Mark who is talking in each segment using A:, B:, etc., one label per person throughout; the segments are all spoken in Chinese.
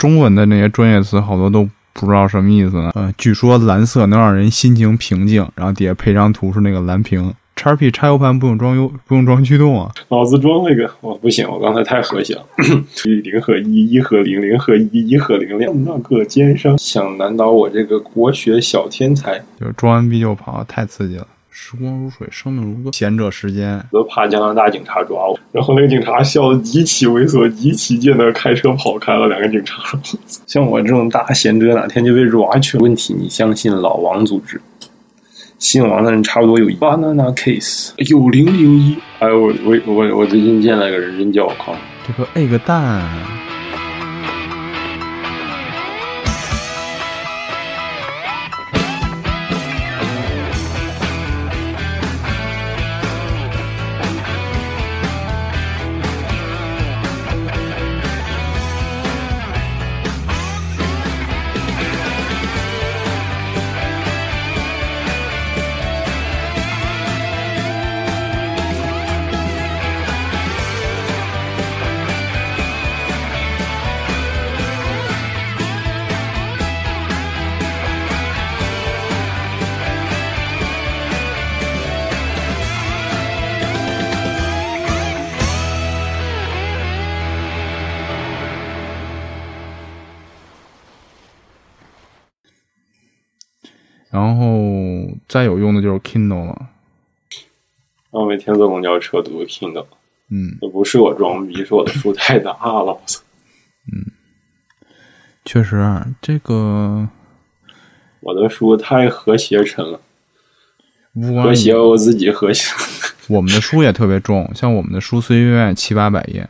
A: 中文的那些专业词好多都不知道什么意思呢。呃，据说蓝色能让人心情平静，然后底下配张图是那个蓝屏。叉 P 插 U 盘不用装 U，不用装驱动啊。
B: 老子装了一个，我不行，我刚才太和谐了， 一零和一，一和零，零和一，一和零两，那个奸商想难倒我这个国学小天才，
A: 就是装完逼就跑，太刺激了。时光如水，生命如歌，闲者时间。
B: 我都怕加拿大警察抓我。然后那个警察笑得极其猥琐，极其贱的开车跑开了。两个警察， 像我这种大闲者，哪天就被抓去。问题，你相信老王组织？姓王的人差不多有一 banana case，有零零一。哎，我我我我最近见了个人，真叫我狂。
A: 这个 egg 蛋，然后再有用的就是 Kindle 了。
B: 我每天坐公交车读 Kindle，
A: 嗯，
B: 这不是我装逼，是我的书太大了。 我操，
A: 确实啊，这个
B: 我的书太和谐沉了，
A: 不光
B: 和谐我自己和谐。
A: 我们的书也特别重，像我们的书随随便便七八百页。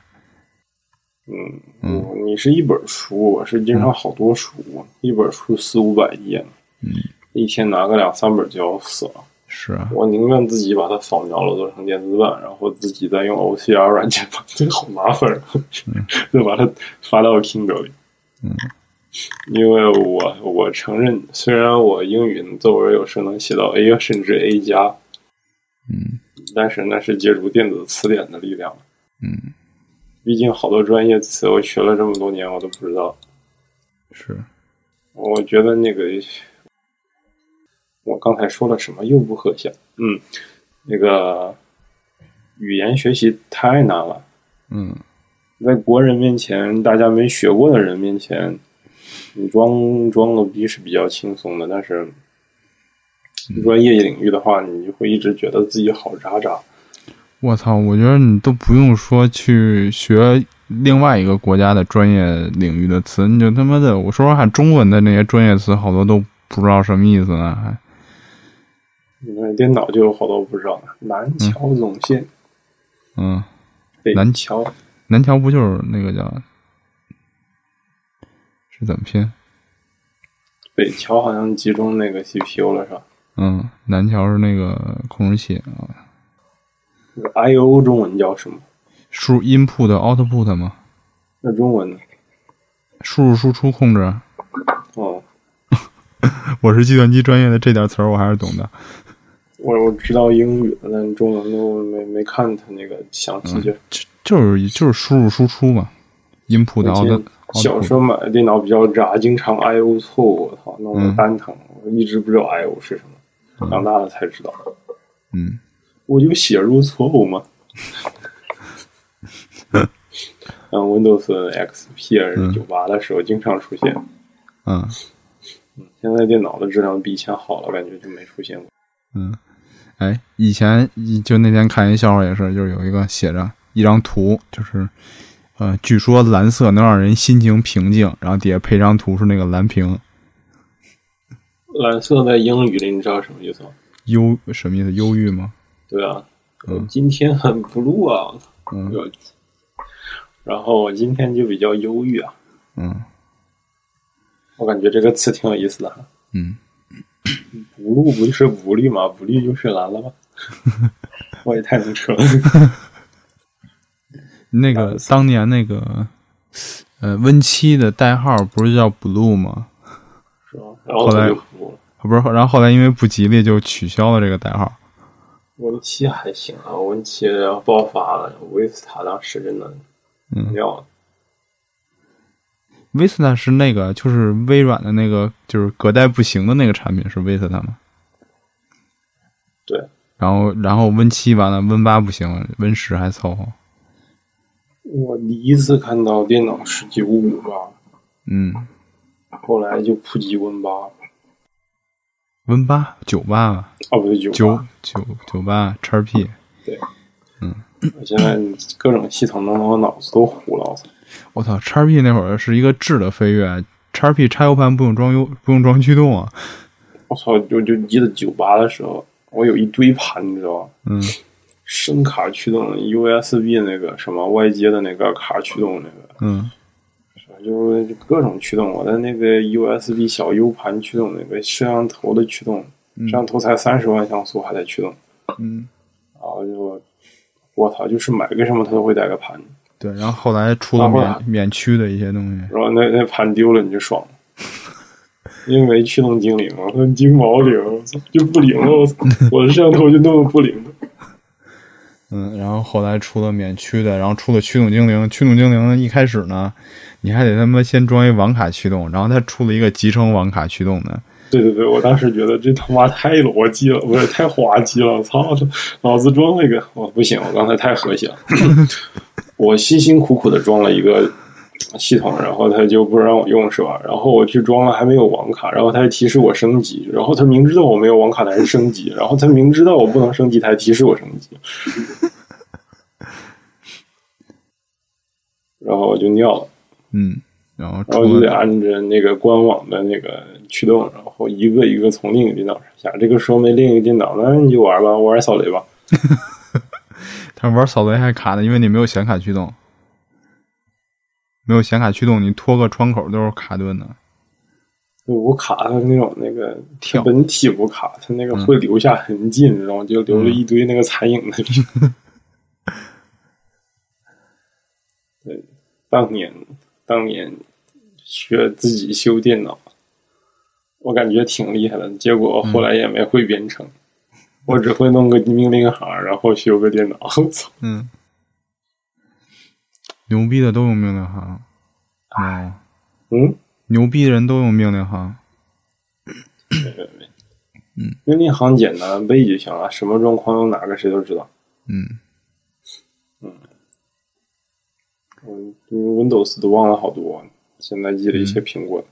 B: 嗯，我 你是一本书，我是经常好多书，一本书四五百页呢，
A: 嗯，
B: 一天拿个两三本就要死了。
A: 是啊，
B: 我宁愿自己把它扫描了做成电子版，然后自己再用 OCR 软件把这好麻烦， 再把它发到 Kindle 里。
A: 嗯，
B: 因为我我承认，虽然我英语作文有时候能写到 A 啊甚至 A 加，
A: 嗯
B: 但是那是借助电子词典的力量。
A: 嗯，
B: 毕竟好多专业词我学了这么多年我都不知道。
A: 是
B: 我觉得那个，我刚才说了什么又不和谐？嗯，那个语言学习太难了。
A: 嗯
B: 在国人面前，大家没学过的人面前，你装装个逼是比较轻松的。但是专业领域的话，你就会一直觉得自己好渣渣。
A: 我操，我觉得你都不用说去学另外一个国家的专业领域的词，你就他妈的，我说实话，中文的那些专业词好多都不知道什么意思呢，还
B: 你看电脑就有好多不知道的，南桥总线、
A: 嗯，
B: 北
A: 南
B: 桥
A: 南桥不就是那个叫是怎么拼？
B: 北桥好像集中那个 CPU 了是吧
A: 嗯，南桥是那个控制器啊，
B: 那个？I/O 中文叫什么？
A: 输入 input output 嘛，
B: 那中文呢？
A: 输入输出控制。
B: 哦，
A: 我是计算机专业的，这点词儿我还是懂的。
B: 我我知道英语，但中文的我没没看它那个详细介绍。
A: 就就是就是输入输出嘛，input
B: 我记
A: out
B: 得小时候买的电脑比较渣，经常 I O 错误，我操，弄得蛋疼。我一直不知道 I O 是什么，长大了才知道。
A: 嗯，
B: 我有写入错误吗？嗯，Windows XP 还是九八的时候经常出现，
A: 嗯
B: 现在电脑的质量比以前好了，感觉就没出现过。
A: 嗯，哎，以前一就那天看一笑话也是，就是有一个写着一张图，就是呃，据说蓝色能让人心情平静，然后底下配张图是那个蓝屏
B: 蓝色在英语里你知道什么意思吗？
A: 忧什么意思？忧郁吗？
B: 对啊，
A: 嗯
B: 我今天很 blue 啊，
A: 嗯
B: 我然后我今天就比较忧郁啊，
A: 嗯
B: 我感觉这个词挺有意思的哈。
A: 嗯，
B: 不露不就是不绿吗？不绿就是蓝 了吗？我也太能扯了。
A: 那个当年那个呃 Win 七的代号不是叫 Blue 吗？
B: 是吧？然后他就服了。
A: 不是，然后后来因为不吉利就取消了这个代号。
B: 文七还行啊，文七爆发了，维斯塔当时真的
A: 嗯
B: 尿了。
A: Vista 是那个就是微软的那个就是隔代不行的那个产品是 Vista 吗？
B: 对，
A: 然后然后 Win 七完了，Win 八不行了，Win 十还凑合。
B: 我第一次看到电脑是九五吧，
A: 嗯
B: 后来就普及 Win 八，啊
A: ，Win 八九八吧，
B: 不对九
A: 九九九八叉 P。
B: 我现在各种系统弄得我脑子都糊了，我操！
A: 我操，叉 P 那会儿是一个质的飞跃，叉 P 插 U 盘不用装 U 不用装驱动啊，
B: 我操！就就记得九八的时候，我有一堆盘，你知道吧？
A: 嗯，
B: 声卡驱动的 USB 那个什么外接的那个卡驱动那个，
A: 嗯，
B: 就就各种驱动，我的那个 USB 小 U 盘驱动，那个摄像头的驱动，摄像头才三十万像素还在驱动，
A: 嗯，
B: 然后就我操，就是买个什么它都会带个盘，
A: 对，然后后来出了
B: 然后
A: 免免驱的一些东西，
B: 然后那那盘丢了你就爽了。因为驱动精灵，我说金毛灵就不灵了，我操我的摄像头就那么不灵的。
A: 嗯，然后后来出了免驱的，然后出了驱动精灵，驱动精灵一开始呢，你还得他妈先装一网卡驱动，然后它出了一个集成网卡驱动的，
B: 对对对，我当时觉得这他妈太逻辑了，不是太滑稽了，我操！脑子装了一个，我不行，我刚才太和谐了。我辛辛苦苦的装了一个系统，然后他就不让我用是吧？然后我去装了还没有网卡，然后他还提示我升级，然后他明知道我没有网卡，他还升级，然后他明知道我不能升级，他还提示我升级，然后我就尿了。
A: 嗯，然后
B: 然后就
A: 出
B: 得
A: 了，
B: 按着那个官网的那个驱动，然后一个一个从另一个电脑上下。这个说没另一个电脑，那你就玩吧，玩扫雷吧。
A: 它玩扫雷还卡呢，因为你没有显卡驱动，没有显卡驱动，你拖个窗口都是卡顿的，
B: 我卡它那种那个
A: 跳
B: 它本体不卡，它那个会留下痕迹，你知道吗？就留了一堆那个残影在里面。对，当年当年学自己修电脑，我感觉挺厉害的，结果后来也没会编程，我只会弄个命令行，然后修个电脑。我操！
A: 嗯，牛逼的都用命令行，哦，
B: 嗯，
A: 牛逼的人都用命令行，
B: 命令行简单，背就行了，什么状况用哪个谁都知道。
A: 嗯，
B: 嗯，Windows 都忘了好多，现在记了一些苹果的。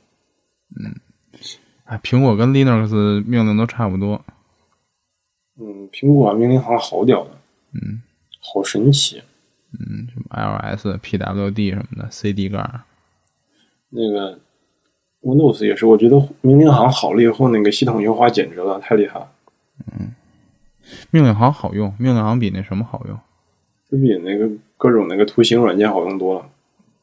A: 哎，苹果跟 Linux 命令都差不多，
B: 嗯，苹果命令行好屌的，
A: 嗯，
B: 好神奇。
A: 嗯，什么 iOS、PWD 什么的，CD 杠，
B: 那个 Windows 也是，我觉得命令行好了以后，那个系统优化简直了，太厉害了，
A: 命令行好用，命令行比那什么好用。
B: 就比那个各种那个图形软件好用多了。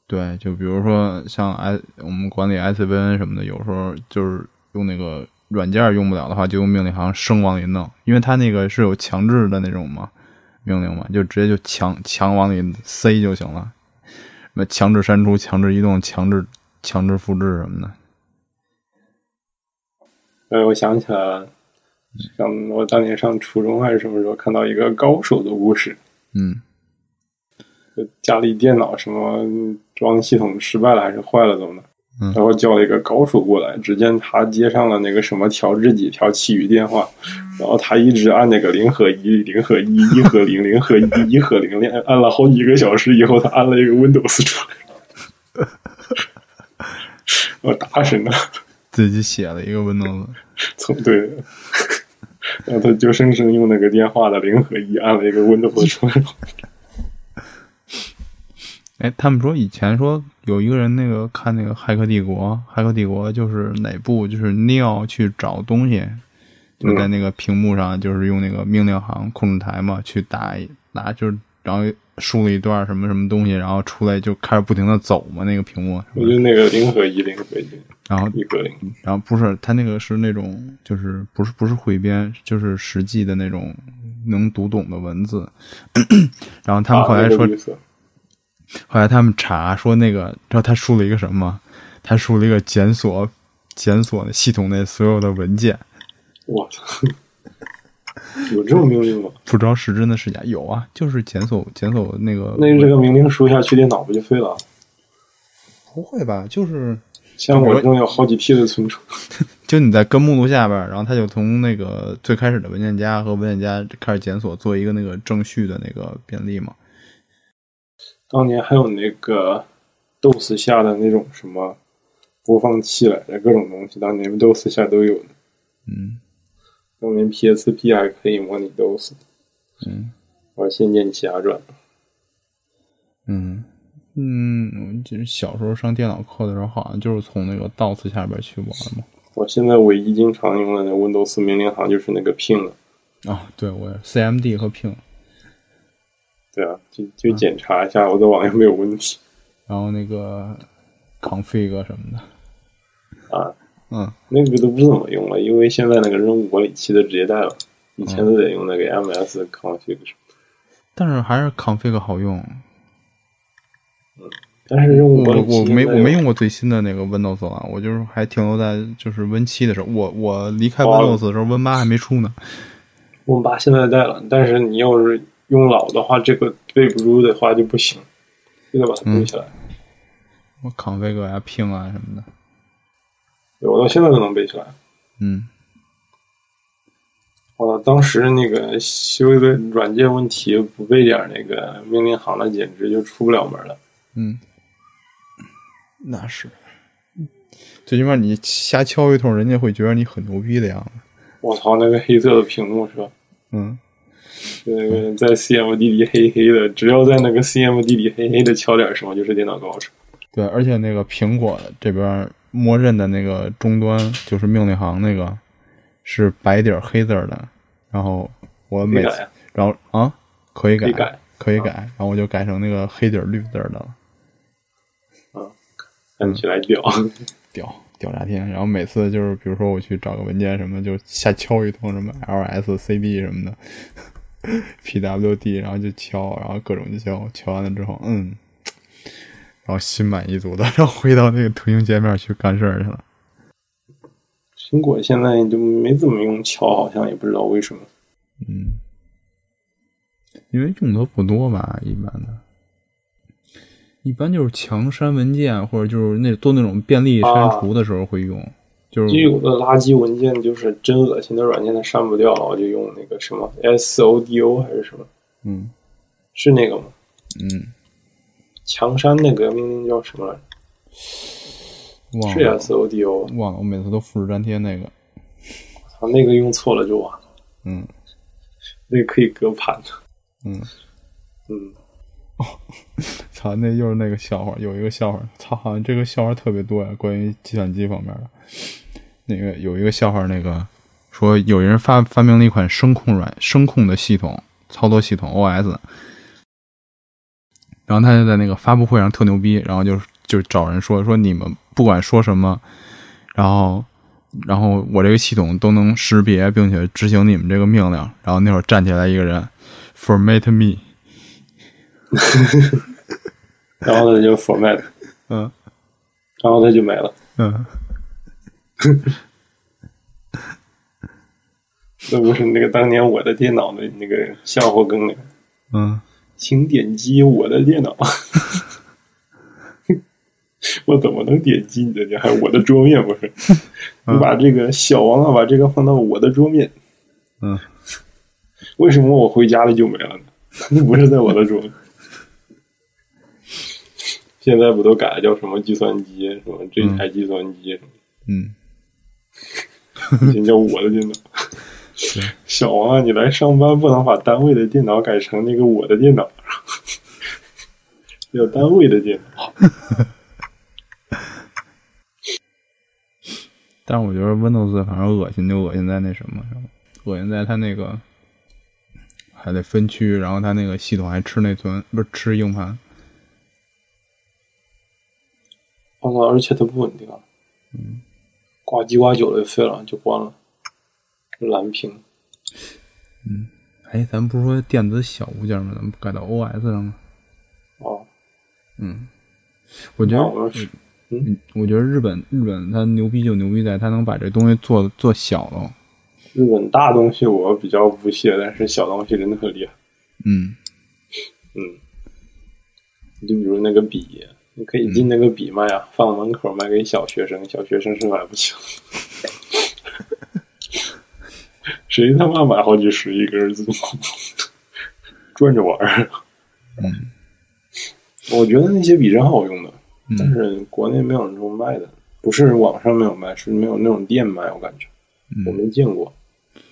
A: 对，就比如说像 i 我们管理 ICVN 什么的，有时候就是用那个软件用不了的话，就用命令行生往里弄，因为它那个是有强制的那种嘛命令嘛，就直接就强强往里塞就行了，什么强制删除、强制移动、强制强制复制什么的。
B: 哎，我想起来了，上我当年上初中还是什么时候看到一个高手的故事，
A: 嗯
B: 就家里电脑什么嗯装系统失败了还是坏了怎么的，
A: 嗯
B: 然后叫了一个高手过来，只见他接上了那个什么调制几条其余电话，然后他一直按那个零和一、零和一、一和零、零和一、一和零，连按了好几个小时以后，他按了一个 Windows 出来，我打死他，
A: 自己写了一个 Windows，
B: 从对。然后他就生生用那个电话的零和一按了一个 Windows 出来，
A: 哎，他们说以前说有一个人那个看那个《骇客帝国》，《骇客帝国》就是哪部就是 Neo 去找东西，就
B: 嗯
A: 在那个屏幕上就是用那个命令行控制台嘛去打一打，就是然后输了一段什么什么东西，然后出来就开始不停的走嘛那个屏幕，
B: 我就那个零和一、零和一、
A: 然后
B: 一和零。
A: 然后不是他那个是那种就是不是不是汇编，就是实际的那种能读懂的文字， 然后他们后来说
B: 啊那个绿色
A: 后来他们查说那个，知道他输了一个什么吗？他输了一个检索检索系统内所有的文件，
B: 我操，有这种命令 吗？
A: 不知道是真的是假。有啊，就是检索检索那个
B: 那这个命令输下去，电脑不就废了？
A: 不会吧？就是
B: 像我这种有好几 T 的存储，
A: 就你在根目录下边儿，然后它就从那个最开始的文件夹和文件夹开始检索，做一个那个正序的那个便利嘛。
B: 当年还有那个 DOS 下的那种什么播放器来着，各种东西，当年 DOS 下都有呢。
A: 嗯
B: 当年 PSP 还可以模拟 DOS，
A: 嗯
B: 玩《仙剑奇侠传》。
A: 嗯嗯，我记得小时候上电脑课的时候，好像就是从那个 DOS 下边去玩嘛。
B: 我现在唯一经常用的那 Windows 命令行就是那个 ping 了，
A: 啊，对我也是 CMD 和 Ping，
B: 对啊，就就
A: 嗯
B: 检查一下我的网有没有问题
A: 然后那个 Config 什么的。
B: 啊。
A: 嗯，
B: 那个都不怎么用了，因为现在那个任务管理器都直接带了，以前都得用那个 MS config 什么
A: 但是还是 Config 好用。
B: 但是任务管
A: 我
B: 理器
A: 我没
B: 现在
A: 我没用过最新的那个 Windows 啊，我就是还停留在就是 Win 七的时候，我我离开
B: 哦
A: Windows 的时候，Win 八还没出呢。
B: ，Win 八现在带了，但是你要是用老的话，这个备不住的话就不行，就得把它背
A: 嗯
B: 起来。
A: 我 Config 啊、Ping 啊什么的，
B: 对我到现在都能背起来。
A: 嗯
B: 我哦当时那个修的软件问题不备点儿那个命令行了，简直就出不了门了。
A: 嗯，那是，最起码你瞎敲一通，人家会觉得你很牛逼的样子。
B: 我操，那个黑色的屏幕是吧？
A: 嗯，
B: 那个在 CMD 里黑黑的，只要在那个 CMD 里黑黑的敲点什么，就是电脑高手。
A: 对，而且那个苹果这边默认的那个终端就是命令行那个是白底儿黑字儿的，然后我
B: 没
A: 每次
B: 改啊，
A: 然后啊，可以改，
B: 可以改啊
A: 可以改然后我就改成那个黑底儿绿字儿的了，
B: 看起来屌。
A: 屌屌炸天！然后每次就是，比如说我去找个文件什么，就瞎敲一通什么 LSCD 什么的，PWD，然后就敲，然后各种敲，敲完了之后，嗯，然后心满意足的，然后回到那个图形界面去干事儿去了。
B: 苹果现在就没怎么用敲，好像也不知道为什么。
A: 嗯，因为用的不多吧，一般的，一般就是强删文件或者就是那做那种便利删除的时候会用，就是
B: 就有的垃圾文件就是真恶心的软件，它删不掉了，我就用那个什么 SODO 还是什么，
A: 嗯
B: 是那个吗？
A: 嗯，
B: 强删那个命令叫什么来着？
A: 忘
B: 是啊
A: 了
B: SODO，
A: 忘了，我每次都复制粘贴那个，
B: 啊，那个用错了就完了，
A: 嗯
B: 那个可以隔盘的。
A: 嗯，
B: 嗯，
A: 操，那又是那个笑话，有一个笑话，操，好像这个笑话特别多呀，关于计算机方面的，那个有一个笑话，那个说有人发发明了一款声控软声控的系统操作系统 OS，然后他就在那个发布会上特牛逼，然后就就找人说说你们不管说什么，然后然后我这个系统都能识别并且执行你们这个命令。然后那会儿站起来一个人，format me，
B: 然后它就 format，
A: 嗯
B: 然后它就没了。
A: 嗯，
B: 那不是那个当年我的电脑的那个笑话梗里面，
A: 嗯，
B: 请点击我的电脑。 我怎么能点击你的电脑？还有我的桌面不是？你把这个小王啊，把这个放到我的桌面。
A: 嗯，
B: 为什么我回家了就没了呢？ 那不是在我的桌面。现在不都改了叫什么计算机，什么这台计算机，什么
A: 嗯，
B: 以前叫我的电脑。小王啊，你来上班不能把单位的电脑改成那个我的电脑， 要单位的电脑。
A: 但是我觉得 Windows 反正恶心就恶心在那什么上，恶心在它那个还得分区，然后它那个系统还吃内存，不是吃硬盘，
B: 我操，而且它不稳定。嗯，挂机挂久了就废了，就关了。蓝屏，
A: 哎，咱不是说电子小物件吗？咱们改到 OS 上了。
B: 哦，
A: 嗯，我觉
B: 那
A: 得，
B: 我们是
A: 嗯我觉得日本日本它牛逼就牛逼在它能把这东西做做小了。
B: 日本大东西我比较不屑，但是小东西真的很厉害。
A: 嗯
B: 嗯，你就比如那个笔，你可以进那个笔卖啊，放门口卖给小学生，小学生是买不起。谁他妈买好几十一根儿自动转着玩儿？啊
A: 嗯
B: 我觉得那些笔真好用的，但
A: 嗯
B: 是国内没有那种卖的，不是网上没有卖，是没有那种店卖，我感觉我
A: 嗯，
B: 没见过。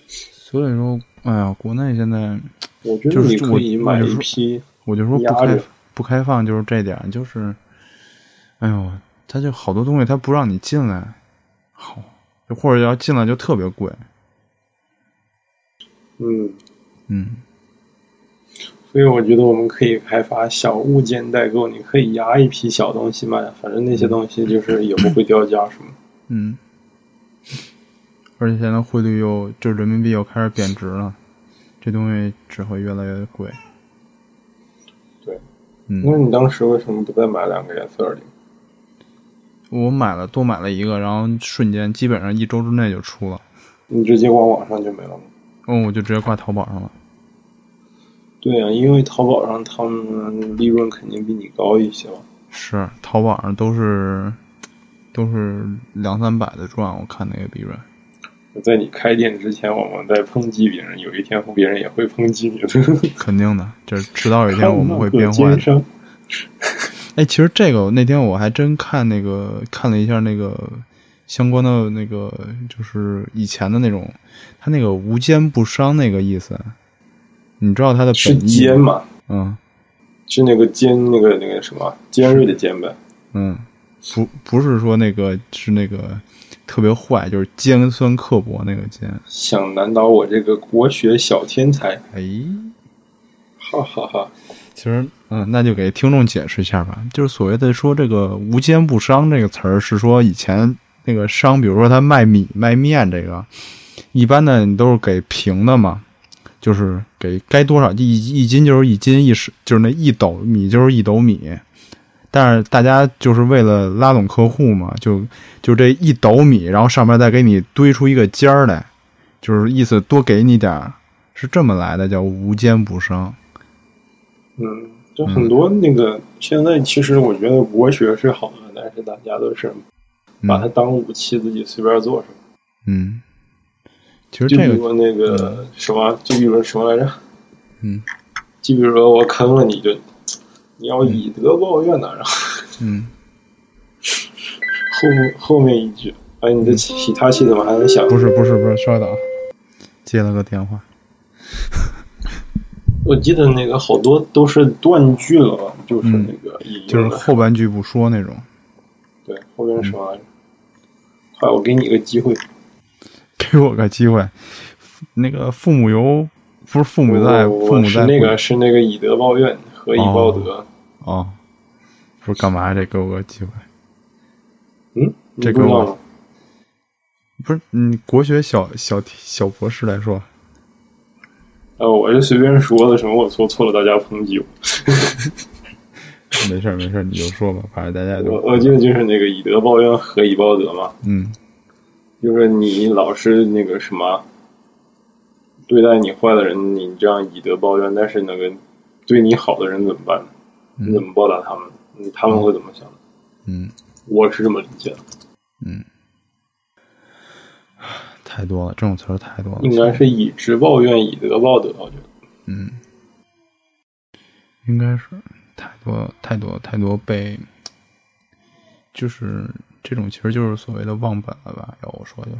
A: 所以说，哎呀，国内现在
B: 我觉得
A: 就是
B: 你可以
A: 我
B: 买
A: 我
B: 一
A: 就说
B: 批，
A: 我就说不
B: 压
A: 开
B: 着
A: 不开放就是这点儿，就是，哎呦，他就好多东西他不让你进来，好，或者要进来就特别贵，
B: 嗯，
A: 嗯
B: 所以我觉得我们可以开发小物件代购，你可以压一批小东西卖，反正那些东西就是也不会掉价什么。
A: 嗯，而且现在汇率又就是人民币又开始贬值了，这东西只会越来越贵。
B: 对，那
A: 嗯，
B: 你当时为什么不再买两个颜色二零？
A: 我买了多买了一个，然后瞬间基本上一周之内就出了，
B: 你直接往网上就没了吗？
A: 嗯，我就直接挂淘宝上了。
B: 对呀、因为淘宝上他们利润肯定比你高一些嘛。
A: 是，淘宝上都是都是两三百的赚，我看那个利润。
B: 在你开店之前，我们在抨击别人，有一天别人也会抨击你的。
A: 肯定的，就是迟早有一天我们会变坏
B: 奸
A: 的。
B: 商，
A: 哎，其实这个那天我还真看那个看了一下那个相关的那个，就是以前的那种，他那个无奸不商那个意思，你知道他的
B: 是
A: 本意
B: 奸
A: 吗？
B: 嘛？
A: 嗯
B: 是那个尖，那个那个什么尖锐的尖呗？
A: 嗯，不不是说那个是那个特别坏，就是尖酸刻薄那个尖。
B: 想难倒我这个国学小天才，
A: 哎。
B: 哈哈哈！
A: 其实，嗯，那就给听众解释一下吧，就是所谓的说这个“无奸不商”这个词儿，是说以前那个商，比如说他卖米、卖面这个，一般的你都是给平的嘛，就是给该多少一一斤就是一斤，一十就是那一斗米就是一斗米。但是大家就是为了拉拢客户嘛，就就这一斗米，然后上面再给你堆出一个尖儿来，就是意思多给你点儿，是这么来的，叫无奸不商。
B: 嗯，就很多那个、现在其实我觉得国学是好的，但是大家都是
A: 嗯
B: 把它当武器，自己随便做什么。
A: 嗯，其实
B: 就比
A: 这个，
B: 如说那个什么，就比如说什么来着？
A: 嗯
B: 就比如说我坑了你就，你要以德报怨呐、然后
A: 嗯，
B: 后面后面一句，哎，你的其他系怎么还在响？
A: 嗯不是不是不是，稍等，啊接了个电话。
B: 我记得那个好多都是断句了吧，就是那个引
A: 嗯就是
B: 用
A: 嗯
B: 的，
A: 后半句不说那种，
B: 对，后面是什么来着？快，我给你一个机会，
A: 给我个机会。那个父母游不是父母在，
B: 我我
A: 父母
B: 哦是
A: 在
B: 那个是那个以德报怨，何以报德？
A: 哦，不是干嘛得给我个机会？
B: 嗯，你
A: 这
B: 不
A: 个
B: 知道
A: 我
B: 吗？
A: 不是，嗯，国学小小小博士来说，
B: 啊，我是随便说的，什么我说错了，大家抨击我。
A: 没事儿没事儿，你就说吧，反正大家
B: 我
A: 都
B: 我记得就是那个以德报怨，何以报德嘛，
A: 嗯
B: 就是你老是那个什么对待你坏的人，你这样以德报怨，但是那个对你好的人怎么办？你怎么报答他们？你他
A: 哦
B: 们会怎么想？
A: 嗯，
B: 我是这么理解
A: 哦
B: 的，
A: 太多了，这种词儿太多了，
B: 应该是以直报怨，以德报德。我觉得
A: 嗯，应该是太多太多太多被，就是这种其实就是所谓的忘本了吧？要我说就是，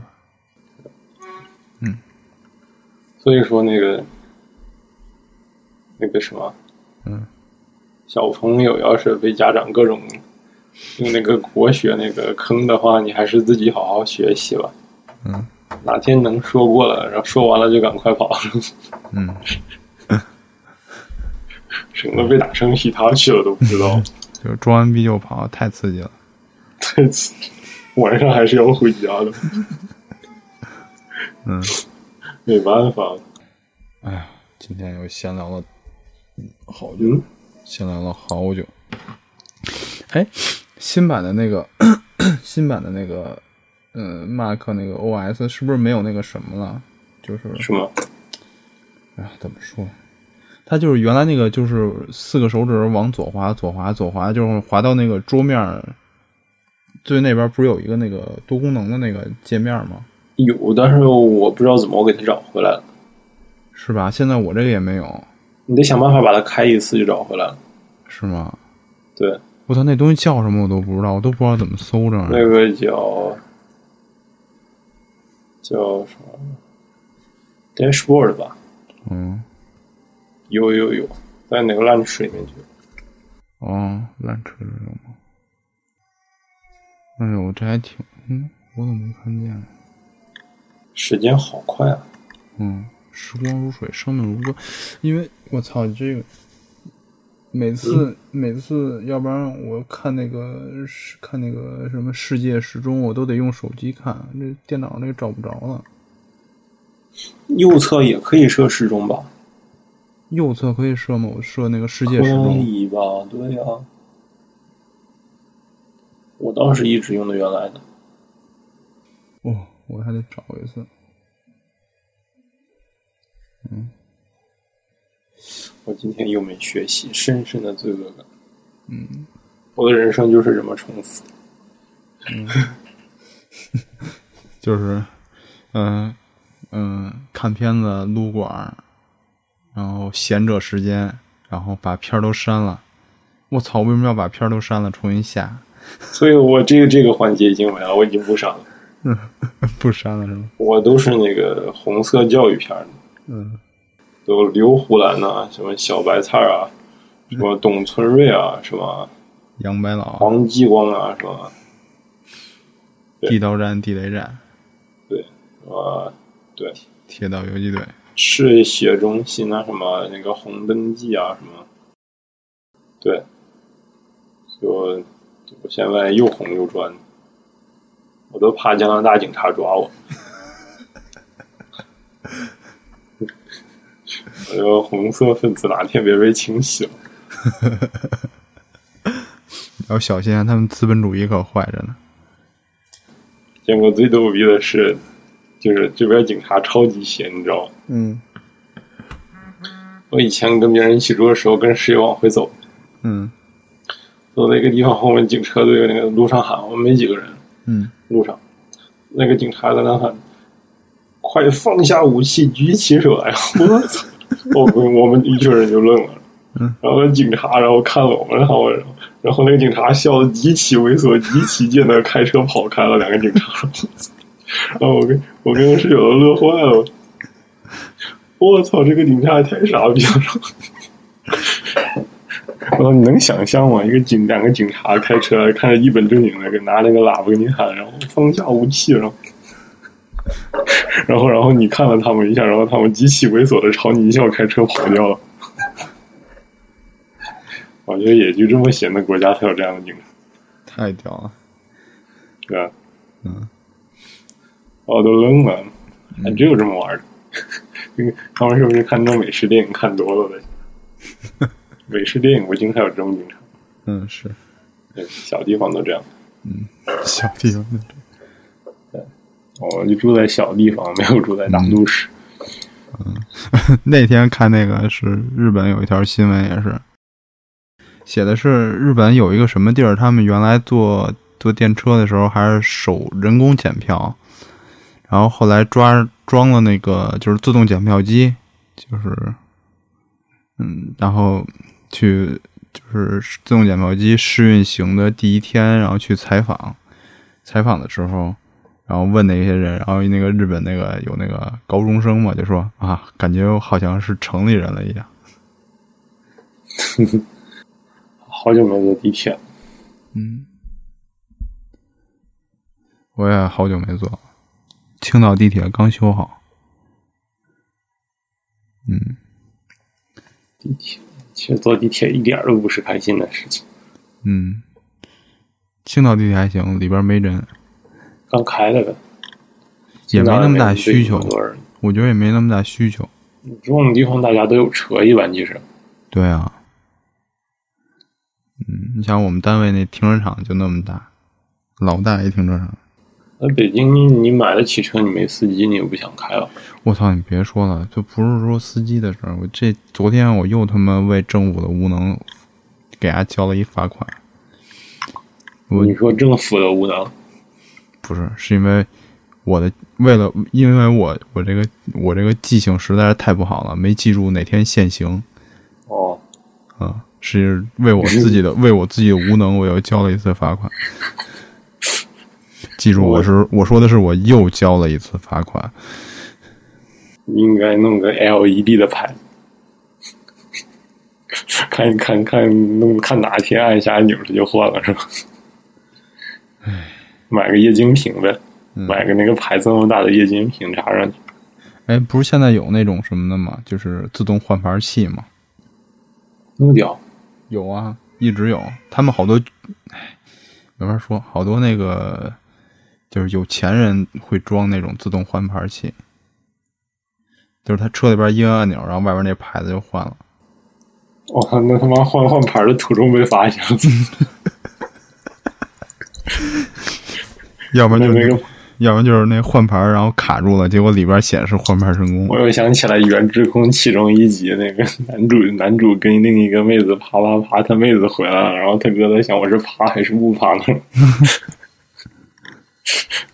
B: 所以说那个那个什么，
A: 嗯，
B: 小朋友要是被家长各种用那个国学那个坑的话，你还是自己好好学习吧。
A: 嗯，
B: 哪天能说过了，然后说完了就赶快跑，
A: 嗯，
B: 省得被打成其他去了都不知道。
A: 就是装完逼就跑，太刺激了。
B: 太刺激 晚上还是要回家的，
A: 嗯，
B: 没办法。
A: 哎呀，今天又闲聊了好久，
B: 嗯，
A: 闲聊了好久。哎，新版的那个 新版的那个，嗯、马克那个 OS 是不是没有那个什么了？就是
B: 是吗？
A: 哎啊，怎么说？它就是原来那个就是四个手指往左滑，左滑，左滑，就是滑到那个桌面儿最那边，不是有一个那个多功能的那个界面吗？
B: 有，但是我不知道怎么我给它找回来了。
A: 是吧？现在我这个也没有，
B: 你得想办法把它开一次就找回来了。
A: 是吗？
B: 对，
A: 我操，那东西叫什么我都不知道，我都不知道怎么搜这玩意儿。
B: 那个叫叫啥？dashboard 吧，
A: 嗯，
B: 有有有，在哪个烂水里面去？
A: 哦，烂车这种吗？哎呦，这还挺……嗯，我怎么没看见？啊
B: 时间好快啊！
A: 嗯，时光如水，生命如歌。因为我操，这个每次、每次，要不然我看那个是看那个什么世界时钟，我都得用手机看，这电脑那个找不着了。
B: 右侧也可以设时钟吧？
A: 右侧可以设吗？我设那个世界
B: 可
A: 时钟。
B: 以吧？对呀、我倒是一直用的原来的。
A: 哦，我还得找一次。
B: 我今天又没学习，深深的罪恶感。嗯，我的人生就是这么重复。
A: 就是，嗯、嗯、看片子撸管儿，然后闲着时间，然后把片儿都删了。我操，为什么要把片儿都删了，重新下？
B: 所以我这个这个环节已经没了，我已经不上了。
A: 不删了是吗？
B: 我都是那个红色教育片儿的，
A: 嗯，
B: 有刘胡兰呐、什么小白菜儿啊，什么董存瑞啊，什么
A: 杨白劳、
B: 黄继光啊，什么对
A: 地道战、地雷战、
B: 呃，对，
A: 铁道游击队，
B: 赤血中心啊，什么那个红灯记啊，什么，对，就就我现在又红又专，我都怕加拿大警察抓我。我这个红色分子哪天别被清洗了。
A: 要小心啊！他们资本主义可坏着呢。
B: 见过最逗逼的是，就是这边警察超级闲，你知道吗？
A: 嗯
B: 我以前跟别人一起住的时候，跟室友往回走，
A: 嗯
B: 走到一个地方后面警车队那个路上喊，我们没几个人，
A: 嗯，
B: 路上，那个警察在那喊：“快放下武器，举起手来！”我操！我们我们一群人就愣了。
A: 嗯
B: 然后那警察，然后看了我们，然后然后那个警察笑得极其猥琐、极其贱的开车跑开了。两个警察，然后我跟我跟我室友都乐坏了。我操，这个警察也太傻逼了！我说你呃能想象吗？一个警两个警察开车，看着一本正经的，给拿那个喇叭给你喊，然后放下武器，然后， 然后然后你看了他们一下，然后他们极其猥琐的朝你一笑，开车跑掉了。我觉得也就这么闲的国家才有这样的警察，
A: 太屌了。
B: 对吧？
A: 嗯，
B: 我都愣了，还只有这么玩的。这个他们是不是看这种美式电影看多了的？美式电影不经常有这种警察，
A: 嗯，是
B: 对小地方都这样。
A: 小地方的
B: 我哦就住在小地方，没有住在大
A: 嗯
B: 都市。
A: 那天看那个是日本有一条新闻，也是写的是日本有一个什么地儿，他们原来坐坐电车的时候还是手人工检票，然后后来抓装了那个就是自动检票机，就是嗯，然后去就是自动检票机试运行的第一天，然后去采访，采访的时候。然后问那些人，然后那个日本那个有那个高中生嘛，就说啊，感觉我好像是城里人了一样。
B: 好久没坐地铁了，
A: 嗯，我也好久没坐了。青岛地铁刚修好。嗯，
B: 地铁其实坐地铁一点都不是开心的事情。
A: 嗯，青岛地铁还行，里边没人，
B: 刚开了呗，
A: 也没那么大需求
B: 现在人对很多人
A: 我觉得也没那么大需求。
B: 这种地方大家都有车，一般就是
A: 对啊，嗯，你想我们单位那停车场就那么大，老大一停车场，
B: 那北京你你买得起车，你没司机，你也不想开了。
A: 我操，你别说了，就不是说司机的事儿。我这昨天我又他妈为政府的无能给他交了一罚款。我
B: 你说政府的无能，
A: 不是，是因为我的为了，因为我我这个我这个记性实在是太不好了，没记住哪天限行
B: 哦，
A: 啊、是为我自己的为我自己的无能，我又交了一次罚款。记住，我是我说的是我又交了一次罚款。
B: 应该弄个 LED 的牌， 看看看弄看哪天按一下按钮它就换了是吧？买个液晶屏呗，买个那个牌子那么大的液晶屏插上去。
A: 哎，不是现在有那种什么的吗？就是自动换牌器吗？
B: 那么屌，
A: 有啊，一直有。他们好多，唉没法说，好多那个就是有钱人会装那种自动换牌器，就是他车里边一按按钮，然后外边那牌子就换了。
B: 我、靠，哦那他妈换换牌的途中被发现了，
A: 要不然
B: 那
A: 就
B: 那
A: 是
B: 个，
A: 要不然就是那换牌，然后卡住了，结果里边显示换牌成功
B: 我。又想起来《原之空》其中一集，那个 男主男主跟另一个妹子啪啪啪，他妹子回来了，然后他哥在想我是啪还是不啪呢？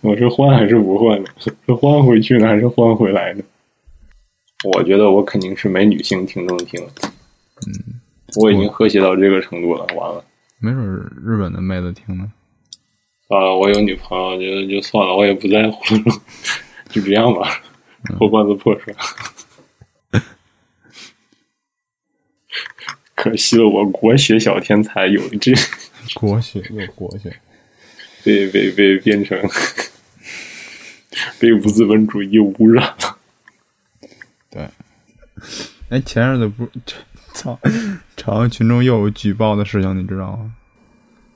B: 我是换还是不换呢？ 是换回去呢，还是换回来呢？我觉得我肯定是没女性听众听了，嗯，我已经和谐到这个程度了，完了。
A: 没准儿日本的妹子听呢。
B: 算了，啊我有女朋友，就就算了，我也不在乎了， 就这样吧，破罐子破摔。可惜了，我国学小天才有一只
A: 国学又国学，
B: 被被被变成被无资本主义污染了。
A: 对。哎，前日子不是， 操，朝阳群众又有举报的事情，你知道吗？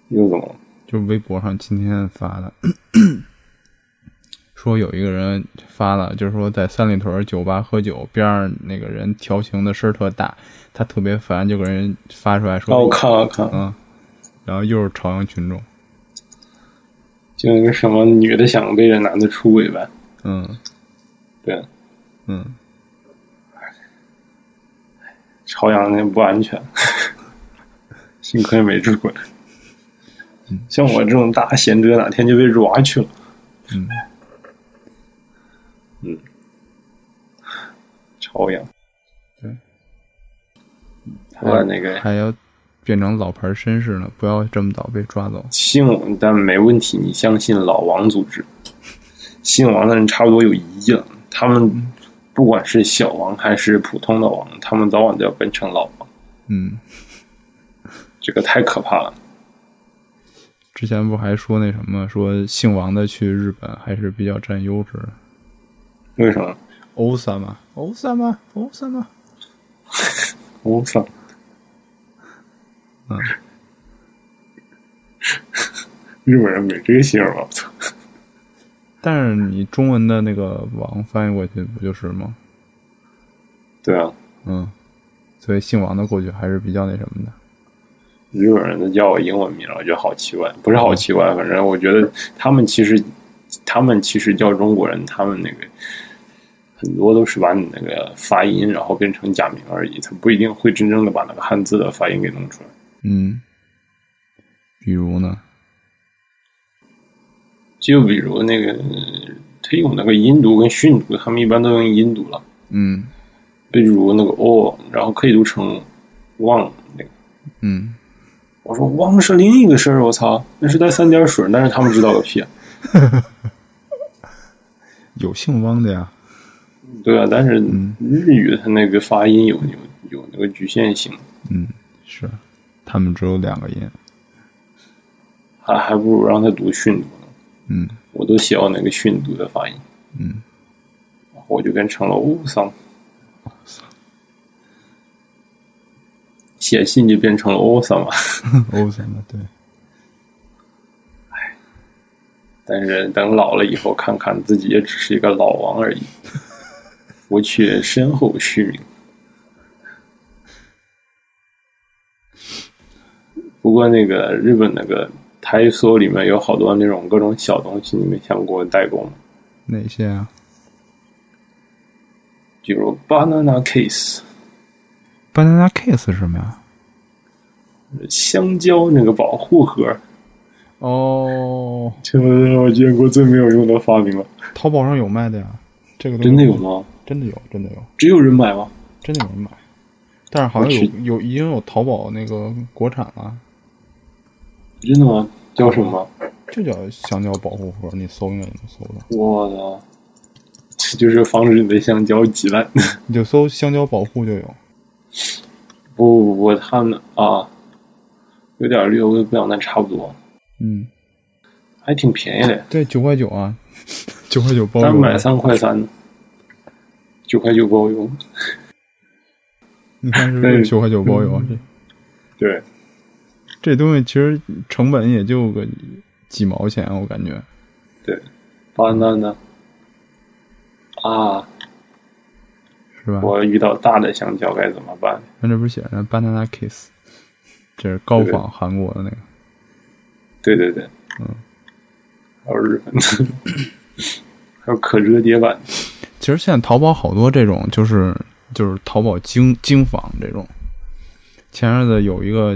B: 又怎么了？
A: 就微博上今天发的， 说有一个人发了，就是说在三里屯酒吧喝酒，边上那个人调情的声儿特大，他特别烦，就给人发出来说，
B: 哦，我看了看了，
A: 嗯，然后又是朝阳群众，
B: 就那个什么女的想被这男的出轨呗。
A: 嗯
B: 对，
A: 嗯，
B: 朝阳那不安全，幸亏没出轨。 像我这种大贤者，哪天就被抓去了。哎
A: 嗯，
B: 嗯，朝阳，
A: 对，嗯
B: 还有那个
A: 还要变成老牌绅士呢，不要这么早被抓走。
B: 信我，但没问题，你相信老王组织，信王的人差不多有一亿了，他们
A: 嗯
B: 不管是小王还是普通的王，他们早晚都要变成老王，
A: 嗯，
B: 这个太可怕了。
A: 之前不还说那什么，说姓王的去日本还是比较占优势的。
B: 为什么？
A: 欧萨嘛，欧萨嘛，欧萨嘛。
B: 我操！
A: 嗯，
B: 日本人没这个姓儿吧？我操！
A: 但是你中文的那个“王”翻译过去不就是吗？
B: 对啊，
A: 嗯，所以姓王的过去还是比较那什么的。
B: 日本人都叫我英文名儿，我觉得好奇怪，不是好奇怪，反正我觉得他们其实，他们其实叫中国人，他们那个很多都是把你那个发音，然后变成假名而已，他不一定会真正的把那个汉字的发音给弄出来。
A: 嗯，比如呢？
B: 就比如那个，他有那个音读跟训读，他们一般都用音读了。
A: 嗯
B: 比如那个哦，然后可以读成忘那个。
A: 嗯，
B: 我说忘是另一个事儿，我操，那是带三点水，但是他们知道个屁。啊
A: 有姓汪的呀。
B: 对啊，但是
A: 嗯
B: 日语它那个发音有有有那个局限性，
A: 嗯，是，他们只有两个 音。
B: 还还不如让他读训读呢。
A: 嗯
B: 我都写我那个训读的发音，
A: 嗯，
B: 我就变成了欧桑。
A: 哦
B: 写信就变成了欧桑嘛，
A: 欧萨嘛，对，
B: 但是等老了以后看看自己也只是一个老王 而已，我却身后虚名。不过那个日本那个台梭里面有好多那种各种小东西，你们想过代购吗？
A: 哪些啊？
B: 比如 banana case
A: banana case 是什么呀？
B: 香蕉那个保护盒，
A: 哦，
B: 这是我见过最没有用的发明了。
A: 淘宝上有卖的呀，这个东西
B: 真的有？吗？
A: 真的有，真的有，
B: 只有人买吗？
A: 真的有人买。但是好像
B: 我去
A: 有有已经有淘宝那个国产了，
B: 真的吗？叫什么？
A: 就叫香蕉保护盒，你搜应该也能搜到。
B: 我的，这就是防止你的香蕉挤烂。
A: 你就搜香蕉保护就有。
B: 不不不，他们啊，有点略微不一样，但差不多，
A: 嗯，
B: 还挺便宜的，
A: 对，九块九啊，九块九包
B: 单
A: 邮。
B: 买三块三，九块九包邮。
A: 你看是不是
B: 对
A: 九块九包
B: 嗯
A: 邮？这
B: 对，
A: 这东西其实成本也就个几毛钱，啊我感觉。
B: 巴拿呢？啊，
A: 是吧？
B: 我遇到大的香蕉该怎么办？
A: 那这不是写着 banana kiss，这是高仿韩国的那个。
B: 对对对，
A: 嗯，
B: 还有日本的， 还有可折叠版，
A: 其实现在淘宝好多这种，就是就是淘宝精精仿这种。前日子有一个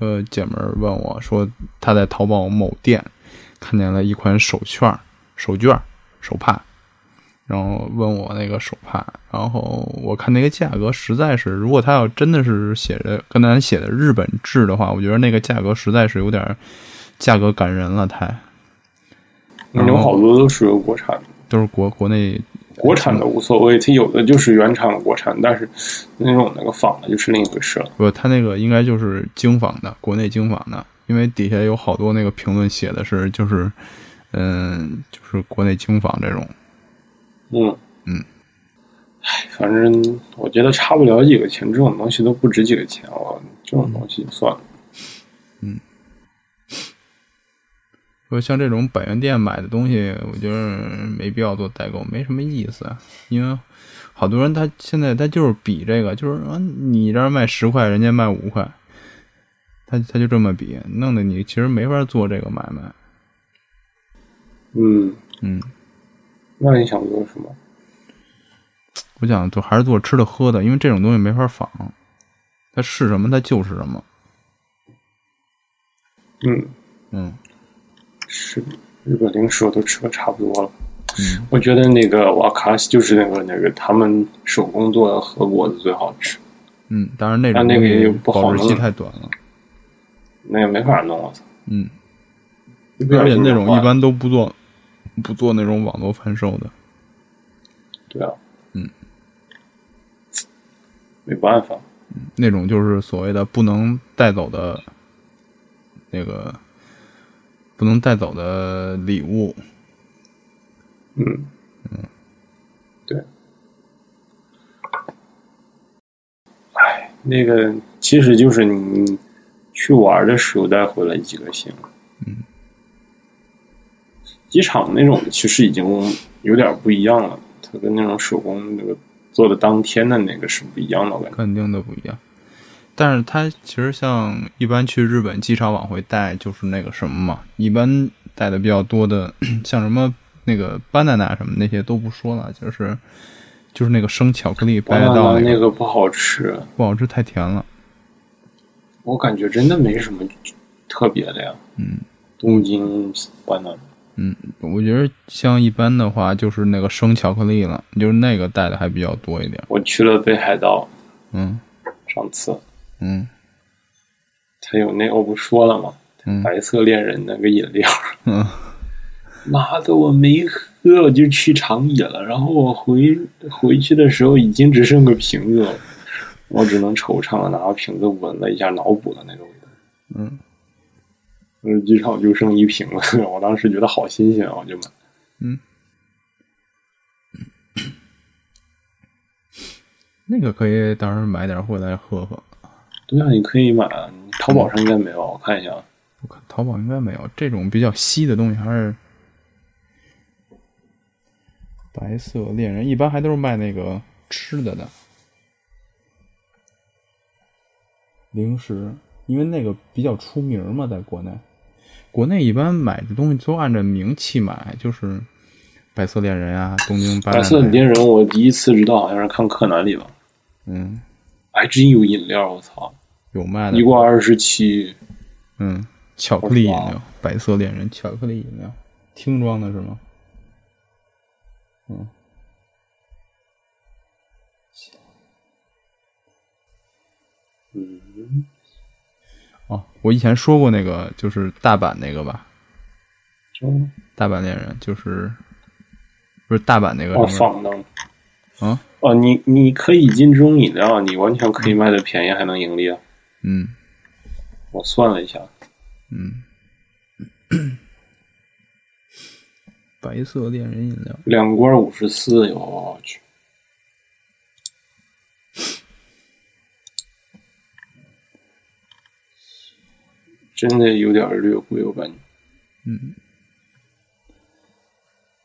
A: 呃姐们儿问我说，她在淘宝某店看见了一款手绢儿、手绢儿、手帕，然后问我那个手帕，然后我看那个价格实在是，如果他要真的是写着跟咱写的日本制的话，我觉得那个价格实在是有点儿价格感人了，太
B: 有好多都属于国产的。
A: 都是国国内
B: 国产的无所谓，它有的就是原厂的国产，但是那种那个仿的就是另一回事了。
A: 不，他那个应该就是精仿的，国内精仿的，因为底下有好多那个评论写的是就是，嗯，就是国内精仿这种。
B: 嗯
A: 嗯，
B: 唉，反正我觉得差不了几个钱，这种东西都不值几个钱了，这种东西就算了。
A: 说像这种百元店买的东西，我觉得没必要做代购，没什么意思。啊因为好多人他现在他就是比这个，就是啊，你这儿卖十块，人家卖五块，他他就这么比，弄得你其实没法做这个买卖。
B: 嗯，
A: 嗯，
B: 那你想做什么？
A: 我想做还是做吃的喝的，因为这种东西没法仿，它是什么它就是什么。
B: 嗯，
A: 嗯。
B: 是日本零食我都吃的差不多了。
A: 嗯
B: 我觉得那个瓦卡西就是那个那个他们手工做的和果子最好吃，
A: 嗯，当然那
B: 但
A: 种
B: 那
A: 东
B: 个也
A: 西
B: 不好
A: 保质期
B: 弄
A: 太短了。
B: 那也没法弄我操。
A: 嗯，
B: 一不小
A: 而且
B: 心
A: 那
B: 就
A: 种
B: 啊坏
A: 一
B: 了
A: 般都不做，不做那种网络贩售的。
B: 对啊，
A: 嗯，
B: 没办法，
A: 那种就是所谓的不能带走的，那个不能带走的礼物。
B: 嗯嗯，对。哎，那个其实就是你去玩的时候带回来几个行。嗯，机场那种其实已经有点不一样了，它跟那种手工那个做的当天的那个是不一样的，我感觉。
A: 肯定的不一样。但是它其实像一般去日本机场往回带就是那个什么嘛，一般带的比较多的， 像什么那个 banana 什么那些都不说了，就是就是那个生巧克力
B: 巴
A: 掰
B: 拿
A: 得到
B: 那
A: 个
B: 个不好吃，
A: 不好吃太甜了。
B: 我感觉真的没什么特别的呀。
A: 嗯，
B: 东京巴拿
A: 嗯，我觉得像一般的话，就是那个生巧克力了，就是那个带的还比较多一点。
B: 我去了北海道，
A: 嗯
B: 上次
A: 嗯
B: 他有那我不说了吗？
A: 嗯
B: 白色恋人那个饮料，
A: 嗯，
B: 妈的，我没喝，我就去长野了。然后我回回去的时候，已经只剩个瓶子了，我只能惆怅的拿个瓶子闻了一下，脑补了那个味道。
A: 嗯，
B: 嗯，机场就剩一瓶了， 我当时觉得好新鲜啊，我就买。
A: 那个可以到时候买点回来喝喝。
B: 对啊，你可以买，淘宝上应该没有，我看一下。啊。
A: 我看淘宝应该没有这种比较稀的东西，还是白色恋人，一般还都是卖那个吃的的零食，因为那个比较出名嘛，在国内。国内一般买的东西都按照名气买，就是白色恋人啊，东京白
B: 白色恋人，我第一次知道好像是看柯南里吧，
A: 嗯，
B: 还真有饮料，我操，
A: 有卖的
B: 一，罐二十七，
A: 嗯，巧克力饮料，白色恋人巧克力饮料，听装的是吗？嗯，
B: 嗯，
A: 哦，我以前说过那个，就是大阪那个吧，
B: 嗯
A: 大阪恋人就是不是大阪那个
B: 哦，
A: 什么？
B: 放荡。
A: 啊
B: 哦，你你可以进这种饮料，你完全可以卖的便宜，还能盈利啊！
A: 嗯
B: 我算了一下，
A: 嗯，白色恋人饮料，
B: 两罐五十四，我去，真的有点略贵，我感觉。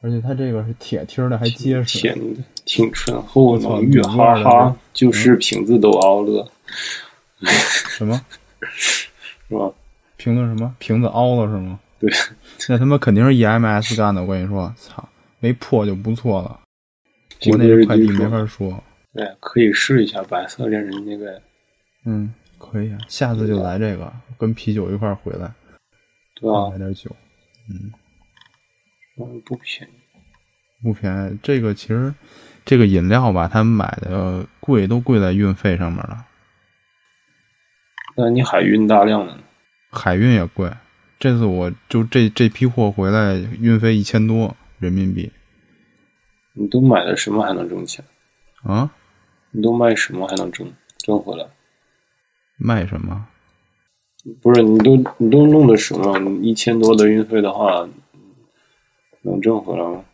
A: 而且它这个是铁贴的，还结实。
B: 甜的挺醇厚
A: 我操
B: 浓郁，
A: 浓
B: 哈
A: 味儿的
B: 哈，
A: 嗯
B: 就是瓶子都凹了，
A: 什么？
B: 是吧？
A: 评论什么？瓶子凹了是吗？
B: 对，
A: 那他妈肯定是 EMS 干的。我跟你说，操，没破就不错了。
B: 这
A: 国
B: 个
A: 内
B: 是
A: 的快递
B: 基础
A: 没法说。
B: 对，可以试一下白色恋人那个，
A: 嗯，可以啊，下次就来这个，跟啤酒一块儿回来，
B: 啊对吧？
A: 买点酒。
B: 嗯，不便宜。
A: 不便宜，这个其实这个饮料吧，他们买的贵都贵在运费上面了，
B: 那你海运大量的，
A: 海运也贵。这次我就这这批货回来，运费一千多人民币
B: 你都买了什么还能挣钱？
A: 啊！
B: 你都卖什么还能挣挣回来？
A: 卖什么？
B: 不是你都你都弄的什么？你一千多的运费的话，能挣回来吗？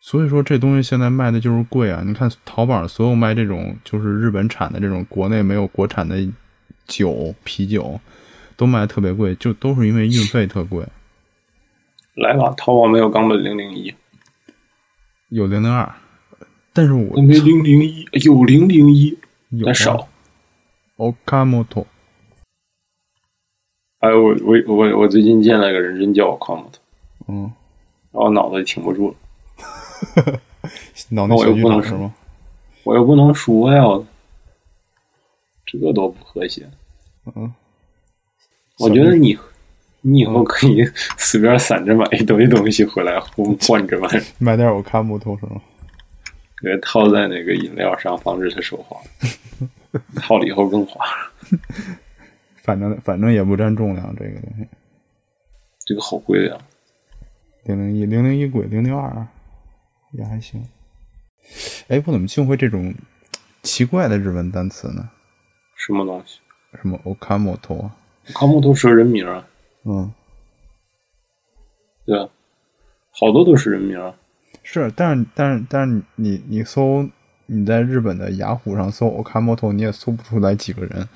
A: 所以说这东西现在卖的就是贵啊！你看淘宝上所有卖这种就是日本产的这种国内没有国产的酒、啤酒，都卖的特别贵，就都是因为运费特贵。
B: 来吧，淘宝没有冈本零零一，
A: 有零零二，但是我
B: 那没零零一，有零零一，
A: 有啊
B: 但少。。
A: Okamoto
B: 哎，我我我我最近见了一个人，真叫我康姆特，
A: 嗯，
B: 然后脑子也挺不住了，
A: 脑内小剧场是吗？
B: 我又不能说呀，我这多不和谐。
A: 嗯，
B: 我觉得你你以后可以随便散着买一堆东西回来换换着买，
A: 买点 Okamoto 是吗？
B: 给它套在那个饮料上，防止它手滑。套了以后更滑，
A: 反正反正也不占重量，这个东西。
B: 这个好贵啊呀、
A: 零零一，零零一贵，零零二也还行。哎，我怎么净会这种奇怪的日文单词呢？
B: 什么东西？
A: 什么 Okamoto 啊？
B: 康姆都是人名啊，
A: 嗯，
B: 对吧？好多都是人名啊。
A: 是，但是但是但是你你搜你在日本的雅虎上搜 Okamoto，你也搜不出来几个人。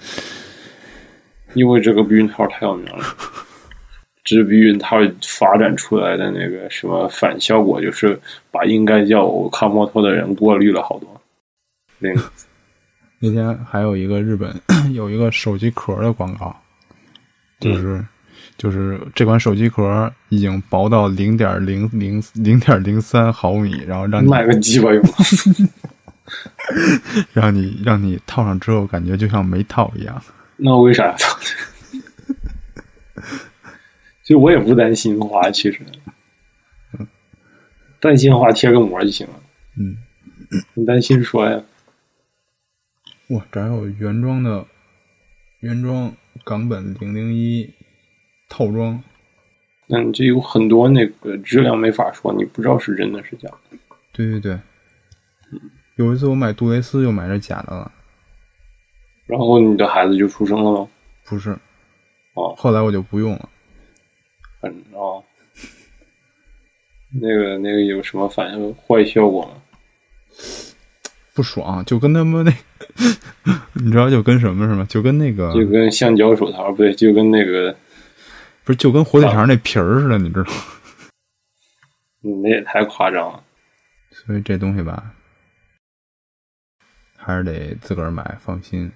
B: 因为这个避孕套太有名了，这避孕套发展出来的那个什么反效果，就是把应该叫我看摩托的人过滤了好多。那个
A: 那天还有一个日本 有一个手机壳的广告，就是、就是这款手机壳已经薄到零点零零零点零三毫米，然后让你
B: 卖个鸡巴用，
A: 让你让你套上之后，感觉就像没套一样。
B: 那为啥要 套？其实我也不担心花，其实担心花贴个膜就行了。
A: 嗯，
B: 你担心摔呀？
A: 哇，这还有原装的原装冈本零零一套装，
B: 那你这有很多那个质量没法说，你不知道是真的是假的。
A: 对对对。有一次我买杜蕾斯就买这假的了，
B: 然后你的孩子就出生了吗？
A: 不是，
B: 哦，
A: 后来我就不用了。
B: 反正啊， 那个那个有什么反坏效果吗？
A: 不爽，就跟他们那， 你知道就跟什么是吗？就跟那个
B: 就跟橡胶手套不对，就跟那个
A: 不是就跟火腿肠那皮儿似的，你知道吗。
B: 嗯那也太夸张了。
A: 所以这东西吧，还是得自个儿买，放心。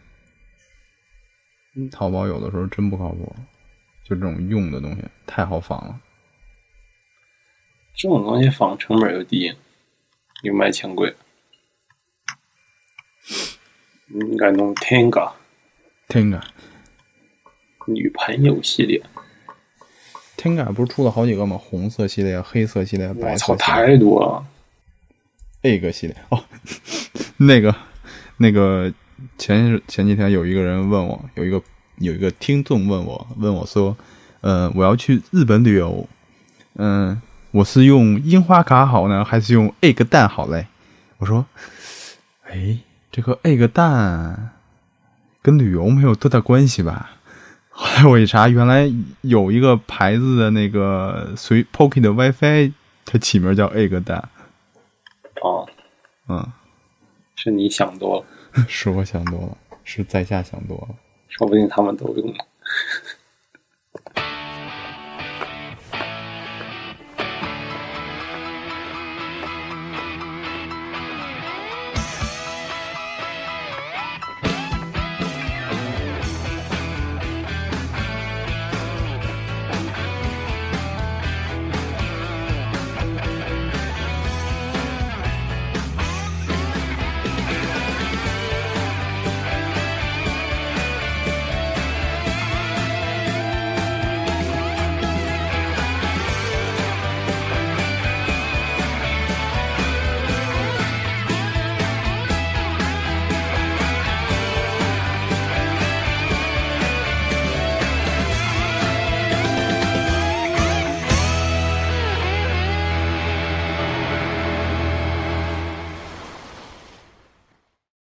A: 淘宝有的时候真不靠谱，就这种用的东西太好仿了。
B: 这种东西仿成本又低，又卖钱贵。你应该弄 Tenga
A: 天感
B: 女朋友系列，
A: 天感不是出了好几个吗？红色系列、黑色系列、
B: 我
A: 白
B: 操，
A: 色系列、
B: 太多了。
A: 那个系列哦，那个那个前前几天有一个人问我，有一个有一个听众问我，问我说，呃，我要去日本旅游，嗯、我是用樱花卡好呢，还是用 egg 蛋好嘞？我说，哎，这个 egg 蛋跟旅游没有多大关系吧？后来我一查，原来有一个牌子的那个随 Pocket 的 WiFi，它起名叫 egg 蛋，
B: 啊，
A: 嗯。
B: 是你想多了，
A: 是我想多了，是在下想多了。
B: 说不定他们都用了。